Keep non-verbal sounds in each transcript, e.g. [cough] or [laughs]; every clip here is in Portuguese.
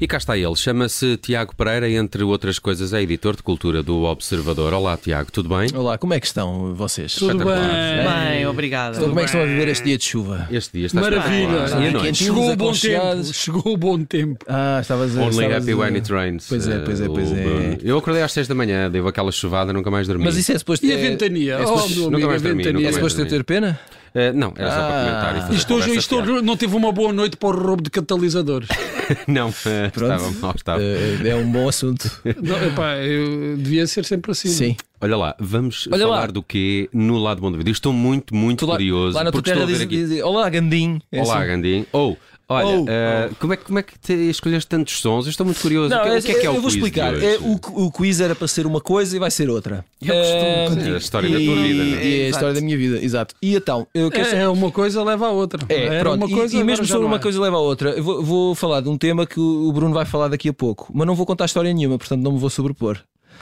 E cá está ele, chama-se Tiago Pereira, e, entre outras coisas, é editor de cultura do Observador. Olá, Tiago, tudo bem? Olá, como é que estão vocês? Tudo bem. né? Bem, obrigada. Então, como é que estão a viver este dia de chuva? Este dia está Maravilha. espetacular. E a noite? Chegou o bom tempo. Aconchegados. Chegou o bom tempo. Ah, estavas a Only estavas happy a- when it rains. Pois é, pois é, eh, pois o é. Bruno. Eu acordei às 6 da manhã, deu aquela chuvada, nunca mais dormi. Mas isso é suposto E a é- ventania? É Oh, suposto, meu nunca amigo, a mais dormi, é nunca ventania. mais. suposto eu ter pena? Eh, não, era só para Ah. comentar. e fazer Isto hoje, conversa isto fiada. hoje não teve uma boa noite para o roubo [laughs] de catalisadores. [laughs] Não, eh, estava mal, estava. Eh, É um bom [laughs] assunto. não, epá, eu- devia ser sempre assim. Sim. Olha lá, vamos Olha falar lá. do quê no lado bom da vida. Eu Estou muito, muito Tu lá, curioso. lá na tua porque estou a terra ver dizem aqui. dizem, Olá, Gandim. É Olá, assim. Gandim. Ou, olha, Ou. eh, Como, é, que- como é que te escolheste tantos sons? Eu estou muito curioso. Não, o que, é- o que é que é o eu vou quiz de explicar. hoje? É, o, o quiz era para ser uma coisa e vai ser outra. Eu costumo Eh, Sim, a história da tua e- vida, não é? E a Exato. história da minha vida, exato. E então, eu quero É, é uma coisa leva à outra. É, Era pronto, uma e- coisa, e, agora mesmo já sobre não uma é. coisa leva a outra. Eu Vou, vou falar de um tema que o o Bruno vai falar daqui a pouco, mas não vou contar história nenhuma, portanto não me vou sobrepor.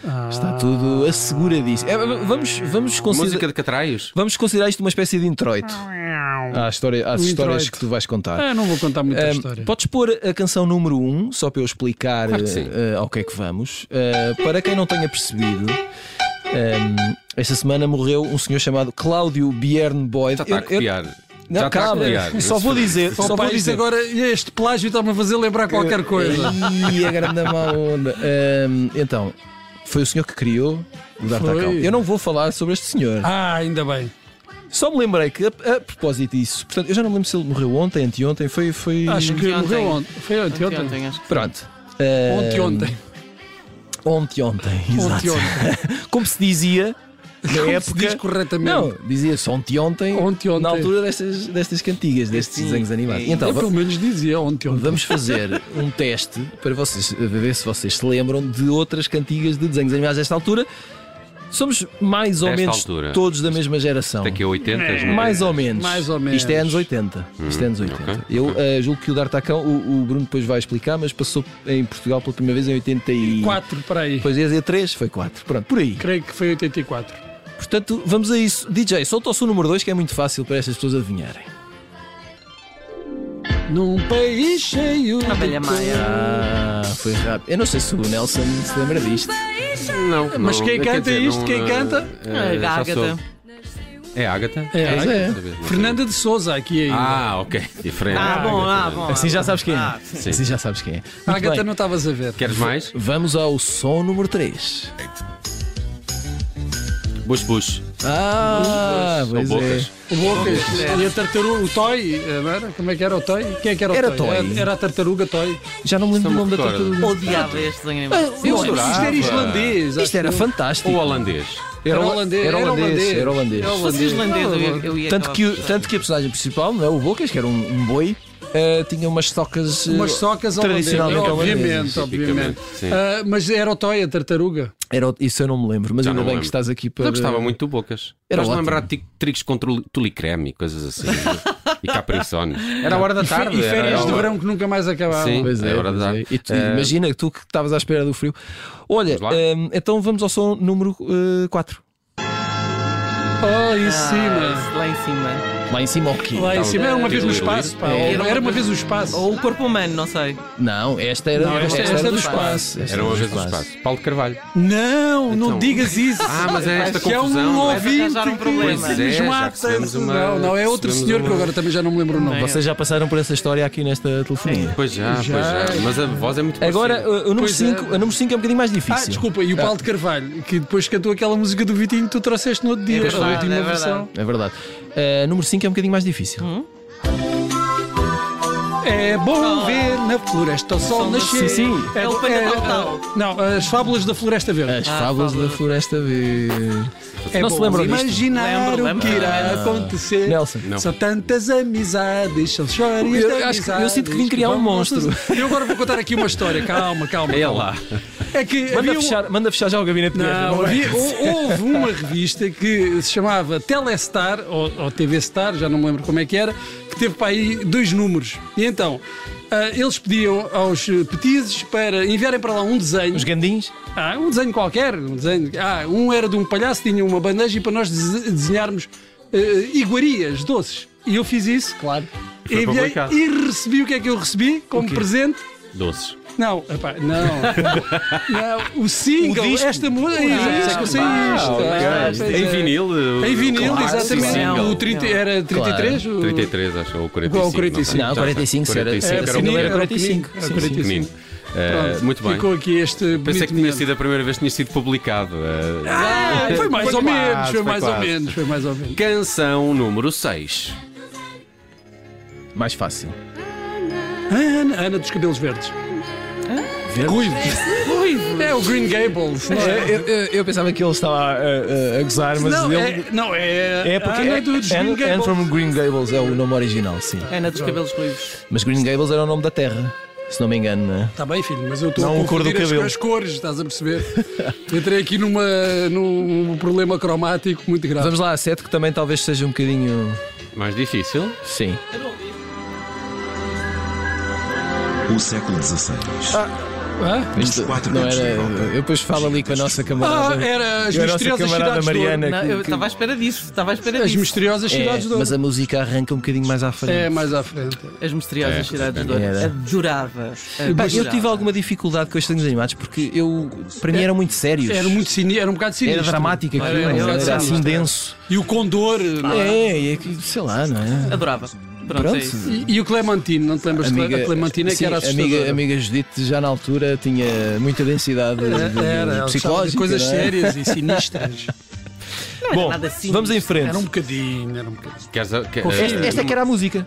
Ah. Está tudo asseguradíssimo. É, vamos, vamos, Música considerar, de Catraios? vamos considerar isto uma espécie de introito à história, às Um histórias introito. que tu vais contar. Ah, não vou contar muita Ahm, história. podes pôr a canção número 1, um, só para eu explicar Claro que sim. eh, ao que é que vamos. Eh, para quem não tenha percebido, ahm, esta semana morreu um senhor chamado Cláudio Bierne Boyd. Já tá está a Eu- eu- copiar. não, tá Já está a calma, copiar. só vou dizer, só Opa, vou isto dizer. É, agora, este plágio está-me a fazer lembrar qualquer coisa. Ih, a grande má onda. Ahm, então, foi o senhor que criou o D'Artacão. Foi. Eu não vou falar sobre este senhor. Ah, ainda bem. Só me lembrei que, a, a propósito disso, portanto, eu já não me lembro se ele morreu ontem, anteontem, foi. foi... Acho que Anteontem. morreu ontem. Foi ontem, ontem. Anteontem, é. acho que foi. Pronto. Ahm, Ontem, ontem. Ontem, ontem. Exato. Ontem, ontem. Como se dizia na Como se [laughs] época. diz corretamente. Não, dizia-se ontem, ontem, Ontem, ontem. na altura destas, destas cantigas, destes Sim. desenhos animados. É. Então, Eu pelo menos dizia ontem, ontem. Vamos fazer [laughs] um teste para vocês eh, ver se vocês se lembram de outras cantigas de desenhos animados desta altura. Somos mais ou Desta menos altura. todos da mesma geração. Daqui a 80, não é? Mais ou menos. Mais ou menos. Isto é anos 80. Isto é anos 80. Hum, ok, Eu eh, julgo que o D'Artacão, o, o Bruno depois vai explicar, mas passou em Portugal pela primeira vez em 84. Quatro para aí. Depois ia dizer 3, foi 4. Pronto, por aí. Creio que foi 84. Portanto, vamos a isso. DJ, solta o seu número 2 que é muito fácil para estas pessoas adivinharem. Num país cheio. de Abelha Maia. Ah, foi rápido. Eu não sei se o Nelson se lembra disto. Não, não, Mas quem quer canta dizer, isto? não, Quem eh, canta? eh, Ah, já sou- Ágata. É Ágata? É, Pois é. Dessa vez, não Fernanda de Souza aqui ainda. Ah, ok. Diferente. Ah, bom, ah, bom. Assim ah, já bom. sabes quem é. Ah, sim. Assim já sabes quem é. Muito A Ah, Agatha bem. não estavas a ver. Queres mais? Vamos ao som número 3. Bush Bush. Ah, Ou pois Bocas. é. O Bocas e a tartaruga, o Toy, não era? Como é que era o Toy? Quem é que era o Era Toy? Toy. Era, era a tartaruga Toy. Já não me lembro Só do me nome da recordo. tartaruga. Odiava este desenho animado. Eu Isto era adorava. islandês. Isto era acho eu. fantástico. Ou holandês. Era holandês. Era holandês. Era holandês. Era Se fosse islandês, eu ia- eu ia. Tanto acabar que, o- por- tanto que a personagem principal, não é? o Bocas, que era um, um boi, eh, tinha umas socas. eh, Umas socas holandesas, Tradicionalmente holandesas, obviamente, obviamente. tipicamente, é sim. Ah, mas era o Toy, a tartaruga. Era, o- isso eu não me lembro, mas Já ainda não bem lembro. que estás aqui para. Eu gostava muito do Bocas. é. Estás a Era ótimo. lembrar de tricos contra o tulicreme e coisas assim. e capriçone. Era a hora da tarde. E era- era férias a de hora- verão que nunca mais acabavam. Sim. Pois é, É hora de pois dar. é. E tu- Eh, Imagina tu que estavas à espera do frio. Olha, Vamos lá? ehm, então vamos ao som número eh, 4. Oh, em cima. Ah, Lá em cima. Lá em cima, o quê? Lá em Então, cima. Era uma vez no eh, espaço, pá. eh, Ou- Era uma vez no É. espaço. Ou o corpo humano, não sei. Não, esta era, Não, esta- esta era é do do espaço. espaço. Esta Era uma do vez no espaço. Paulo de Carvalho. Não, Então. não digas isso. Ah, mas é esta que é confusão. um ouvinte arranjar um problema. que nos Pois é, já mata. recebemos uma- Não, não, é outro recebemos senhor uma- que eu agora também já não me lembro o nome. Não, É. Vocês já passaram por essa história aqui nesta telefonia. Pois já, pois já. Mas a voz é muito parecida. Agora, eh, o, o número Pois é. 5 é. número cinco é um bocadinho mais Ah, difícil. desculpa, e o Paulo de Carvalho, que depois cantou aquela música do Vitinho que tu trouxeste no outro dia, verdade, a última é verdade. versão. É verdade. Eh, número 5 é um bocadinho mais difícil. É bom ver na floresta o sol Sim, nascer. sim. É, É o Pai Natal. Não, as fábulas da Floresta Verde. As Ah, fábulas fábula. da floresta verde. é É, não se bom lembram disto? Ah. imaginar Lembro, o que lembro. irá acontecer. Nelson. Não. São tantas amizades, são histórias Eu de acho que- eu amizades sinto que vim criar um vão- monstro. Eu agora vou contar aqui uma história. Calma, calma. É calma. lá. É que Manda, havia um- fechar, manda fechar já o gabinete de guerra, Não, é? havia- hou- houve uma revista que se chamava Telestar, ou, ou TV Star, já não me lembro como é que era, que teve para aí dois números. E então, ah, eles pediam aos eh, petizes para enviarem para lá um desenho. Os gandins? Ah, um desenho qualquer. Um, desenho, ah, um era de um palhaço, tinha uma bandeja e para nós dese- desenharmos eh, iguarias, doces. E eu fiz isso. Claro. Foi enviei publicado. e recebi o que é que eu recebi como presente? Doces. Não, epá, não. não. O single, esta música. Ah, isto, sei isto. Ah, Ah, ok. pois Em é. vinil. eh, Em vinil, claro, exatamente. sim, Não, o 30, não. era 33? O... 33, acho, ou 45. Ou 45. sei. Não, Já sei. 45, se era- era era o sinil, pequeno. era Era o 45. pequenino, Sim, era sim. pequenino. Eh, Pronto, muito bem. Ficou aqui este. Pensei que bonito tinha sido a primeira vez que tinha sido publicado. eh. momento. Foi mais Foi ou quase, menos, foi foi mais ou quase. menos, foi mais ou menos. Canção número 6. Mais fácil. Ana, Ana dos cabelos verdes. Ruivos. É o Green Gables. não é? Eu, eu- eu pensava que ele estava a, a- a gozar, mas não, ele. é, não, é. É, porque Ana é, dos Green and, and Gables. from Green Gables é o nome original, sim. Ana É dos cabelos ruivos. Mas Green Gables era o nome da terra, se não me engano, não é? Está Tá bem, filho, mas eu estou Não, a a cor do confundir as, cabelo. as cores, estás a perceber? Entrei aqui numa, num problema cromático muito grave. Tá. Vamos lá, a 7 que também talvez seja um bocadinho. Mais difícil. Sim. O século XVI. Hã? Nos Isto quatro Ah, não cantos era. da Europa. Eu depois falo ali com a nossa Ah, camarada. era as Eu era é a nossa misteriosas camarada cidades de ouro. Mariana. Não, É que- eu que- estava à espera disso. Estava à espera As disso. misteriosas É, cidades de mas ouro. a música arranca um bocadinho mais à frente. É mais à frente. As misteriosas É, cidades do era. Adorava. é, Pá, eu adorava. tive alguma dificuldade com estes desenhos animados porque eu, para mim eram muito sérios. É, Era muito é, sinistro, era um bocado Era sinistro. dramático aquilo, Era- era, era assim sinistro. denso. E o Condor. não é? É, e aquilo, sei lá, não é? Adorava. Pronto, Pronto. é isso. E, e o Clementino, não te lembras? de Cle- a é Clementina que sim, era amiga, assustadora. amiga Judite já na altura tinha muita densidade de- de- de- Era, era, ela gostava de psicológica. coisas não é? sérias [laughs] e sinistras. Bom, nada assim. vamos em frente. Era um bocadinho, era um bocadinho. Queres a- que- Esta, eh, esta é que era a música.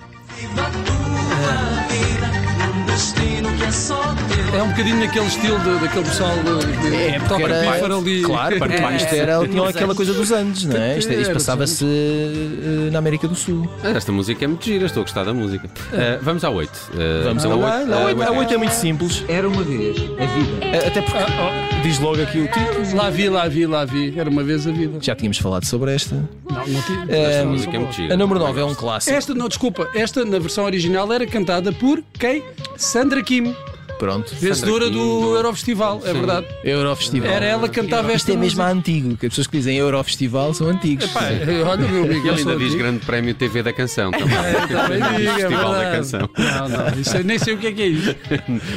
É um bocadinho naquele estilo de- daquele pessoal de, de É, porque toca era- pífaro ali. Claro, para É, isto era, tinham nos aquela anos. coisa dos anos, não é? Isto, isto Era passava-se eh, na América do Sul. Esta música é muito gira, estou a gostar da música. Eh, então, vamos à 8. Vamos a Ah, 8. A 8 é muito simples. Era uma vez a vida. Eh, Até Ah, porque diz logo aqui o título. Lá vi, lá vi, lá vi. Era uma vez a vida. Já tínhamos falado sobre esta. Não, não tinha. Eh, Esta música é muito gira. A número 9 é um clássico. Esta, não, desculpa, esta na versão original era cantada por quem? Sandra Kim, Pronto. vencedora Kim, do do- Eurofestival, é verdade. Eurofestival. Era ela que cantava Isto esta é mesmo música. antigo, que as pessoas que dizem Eurofestival são antigos. Pá, Olha, meu amigo, E eu ele sou ainda diz antigo. Grande Prémio TV da Canção também. [laughs] Também digo, é Festival da verdade. Canção. Não, não, isso eu nem sei o que é que é isso.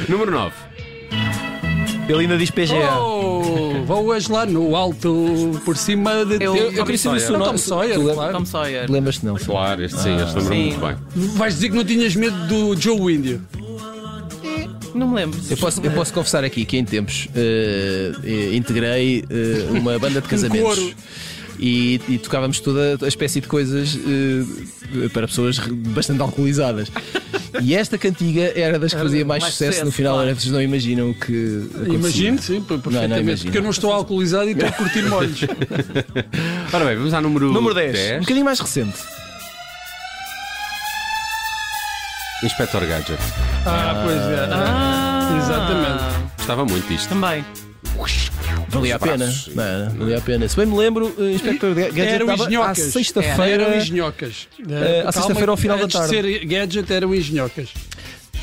Número 9. Ele ainda diz PGA. Oh, vou hoje lá no alto, por cima de Eu- Deus. eu queria saber se o Não, nosso- Tom Sawyer, tu lembra- claro. Tom Sawyer. Lembras-te não? Claro, este sim, este lembra Sim. muito bem. Vais dizer que não tinhas medo do Joe Índio. Não me lembro. Eu posso, eu posso confessar aqui que em tempos eh, eh, integrei eh, uma [laughs] banda de casamentos. coro. E, e tocávamos toda a espécie de coisas eh, para pessoas re- bastante alcoolizadas. E esta cantiga era das que fazia mais, mais sucesso, no sucesso, final. claro. Era, vocês não imaginam o que acontecia. Imagino, sim, Não, não perfeitamente. imagino. porque eu não estou alcoolizado e estou a curtir molhos. Ora bem, vamos à número, Número 10, um bocadinho mais recente. Inspector Gadget. [laughs] Ah, pois é. Ah, Exatamente. Gostava muito disto. Também. Valia a pena. braços, Não, não, valia a pena. Se bem me lembro, eh, o Inspector Gadget Era o estava à Engenhocas. sexta-feira. Era Ah, o Engenhocas. Eh, à sexta-feira ao final da antes de ser Gadget era o Engenhocas.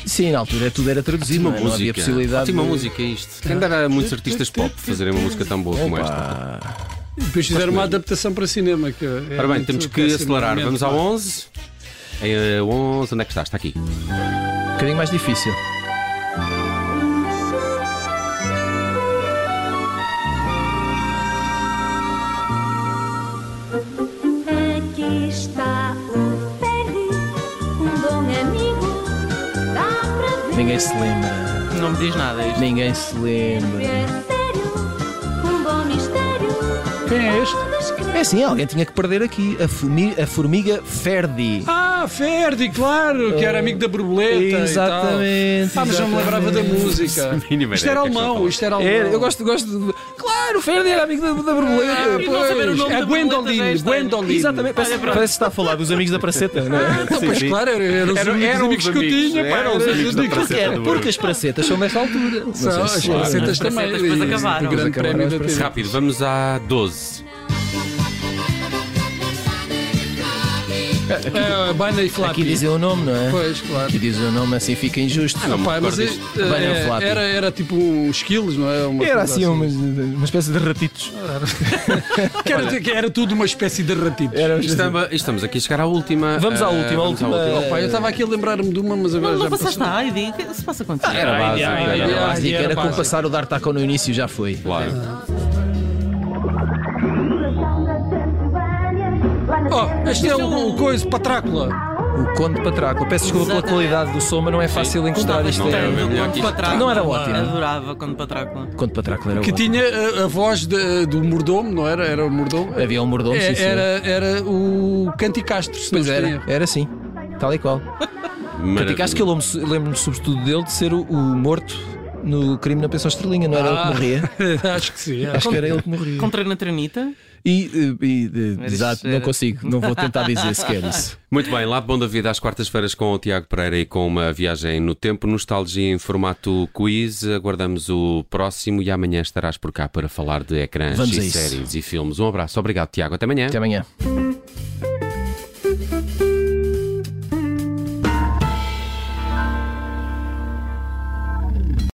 Sim, na altura tudo era traduzido. Ótima não é? Não havia música. possibilidade. Ótima de- música isto. Quem dera muitos artistas pop fazerem uma música tão boa como esta. Depois fizeram uma adaptação para cinema. Que é Ora bem, muito temos que péssimo, acelerar. realmente. Vamos ao 11. Eh, 11, onde é que está? Está aqui. Um bocadinho mais difícil. Aqui está o Ferri, um bom amigo. Dá pra ver. Ninguém se lembra. Não me diz nada isto. Ninguém se lembra. É sério, um bom mistério. Quem é este? Todos que É assim, alguém tinha que perder aqui. A formiga, a formiga Ferdi. Ah, Ferdi, claro, que era amigo da borboleta. E Exatamente, tal. Ah, mas não me lembrava da exatamente. música. Mínima Isto ideia era do que é que alemão, estão isto era alemão. É, eu gosto, gosto de... Claro, o Ferdi era amigo da, da borboleta. e não pois. saber o nome É da borboleta Gwendoline, desta. Gwendoline. né? Exatamente, parece, parece que está a falar dos amigos da praceta, não é? Então, pois claro, eram, os Eram- amigos, eram amigos os que eu amigos, tinha. pá, eram os eram amigos da amigos. Praceta. É, porque as pracetas são desta altura. Não sei São se as lá- facetas também. As facetas depois e- acabaram. O grande Acabaram prémio as da TV. facetas. Rápido, vamos à 12. É, Bana e Flappy. Aqui dizem o nome, não é? Pois, claro. Aqui dizem o nome, assim fica injusto. Ah, pá, mas recordo é- Bana e é- Flappy. era, era tipo uns quilos, não é? Uma Era coisa assim uma, uma espécie de ratitos. Que era, que era tudo uma espécie de ratitos. Era uma espécie de- Estamos, estamos aqui a chegar à última. é- Vamos à eh, última, à vamos à última. Oh, pá, eu estava aqui a lembrar-me de uma, mas agora Não, já não me passaste passou. na Heidi? O que se passa contigo? Ah, Era Ai, básico, ai, era ai, básico. Ah, digo, era com básico. passar o dar taco no início já foi. Claro. é? Oh, este é um o, o coisa, Um Patrácula. O Conde Patráculo. Peço desculpa pela Exatamente. qualidade do som, mas não é fácil encostar Gostava isto. não tanto era do É... melhor Conde que isto. Patrácula. Não era ótimo. Adorava quando Patrácula. Conde Patráculo era Que o tinha a, a voz de- do mordomo, não era? Era o mordomo? Havia um mordomo, É, sim, sim. era, era o Canticastro, se Pois não estou em era, erro. era sim. Tal e qual. Porque acho que eu lembro-me- lembro-me, sobretudo, dele de ser o, o morto no crime na pensão estrelinha, não era ele que Ah. morria? Acho que sim. é. Acho que era ele que morria. Contra na Tranita? E, eh, e, e, Era exato, isso, não era. consigo, não vou tentar dizer sequer isso. Muito bem, Lado Bom da Vida às quartas-feiras com o Tiago Pereira e com uma viagem no tempo, nostalgia em formato quiz. Aguardamos o próximo e amanhã estarás por cá para falar de ecrãs Vamos a e isso. séries e filmes. Um abraço, obrigado Tiago, até amanhã. Até amanhã.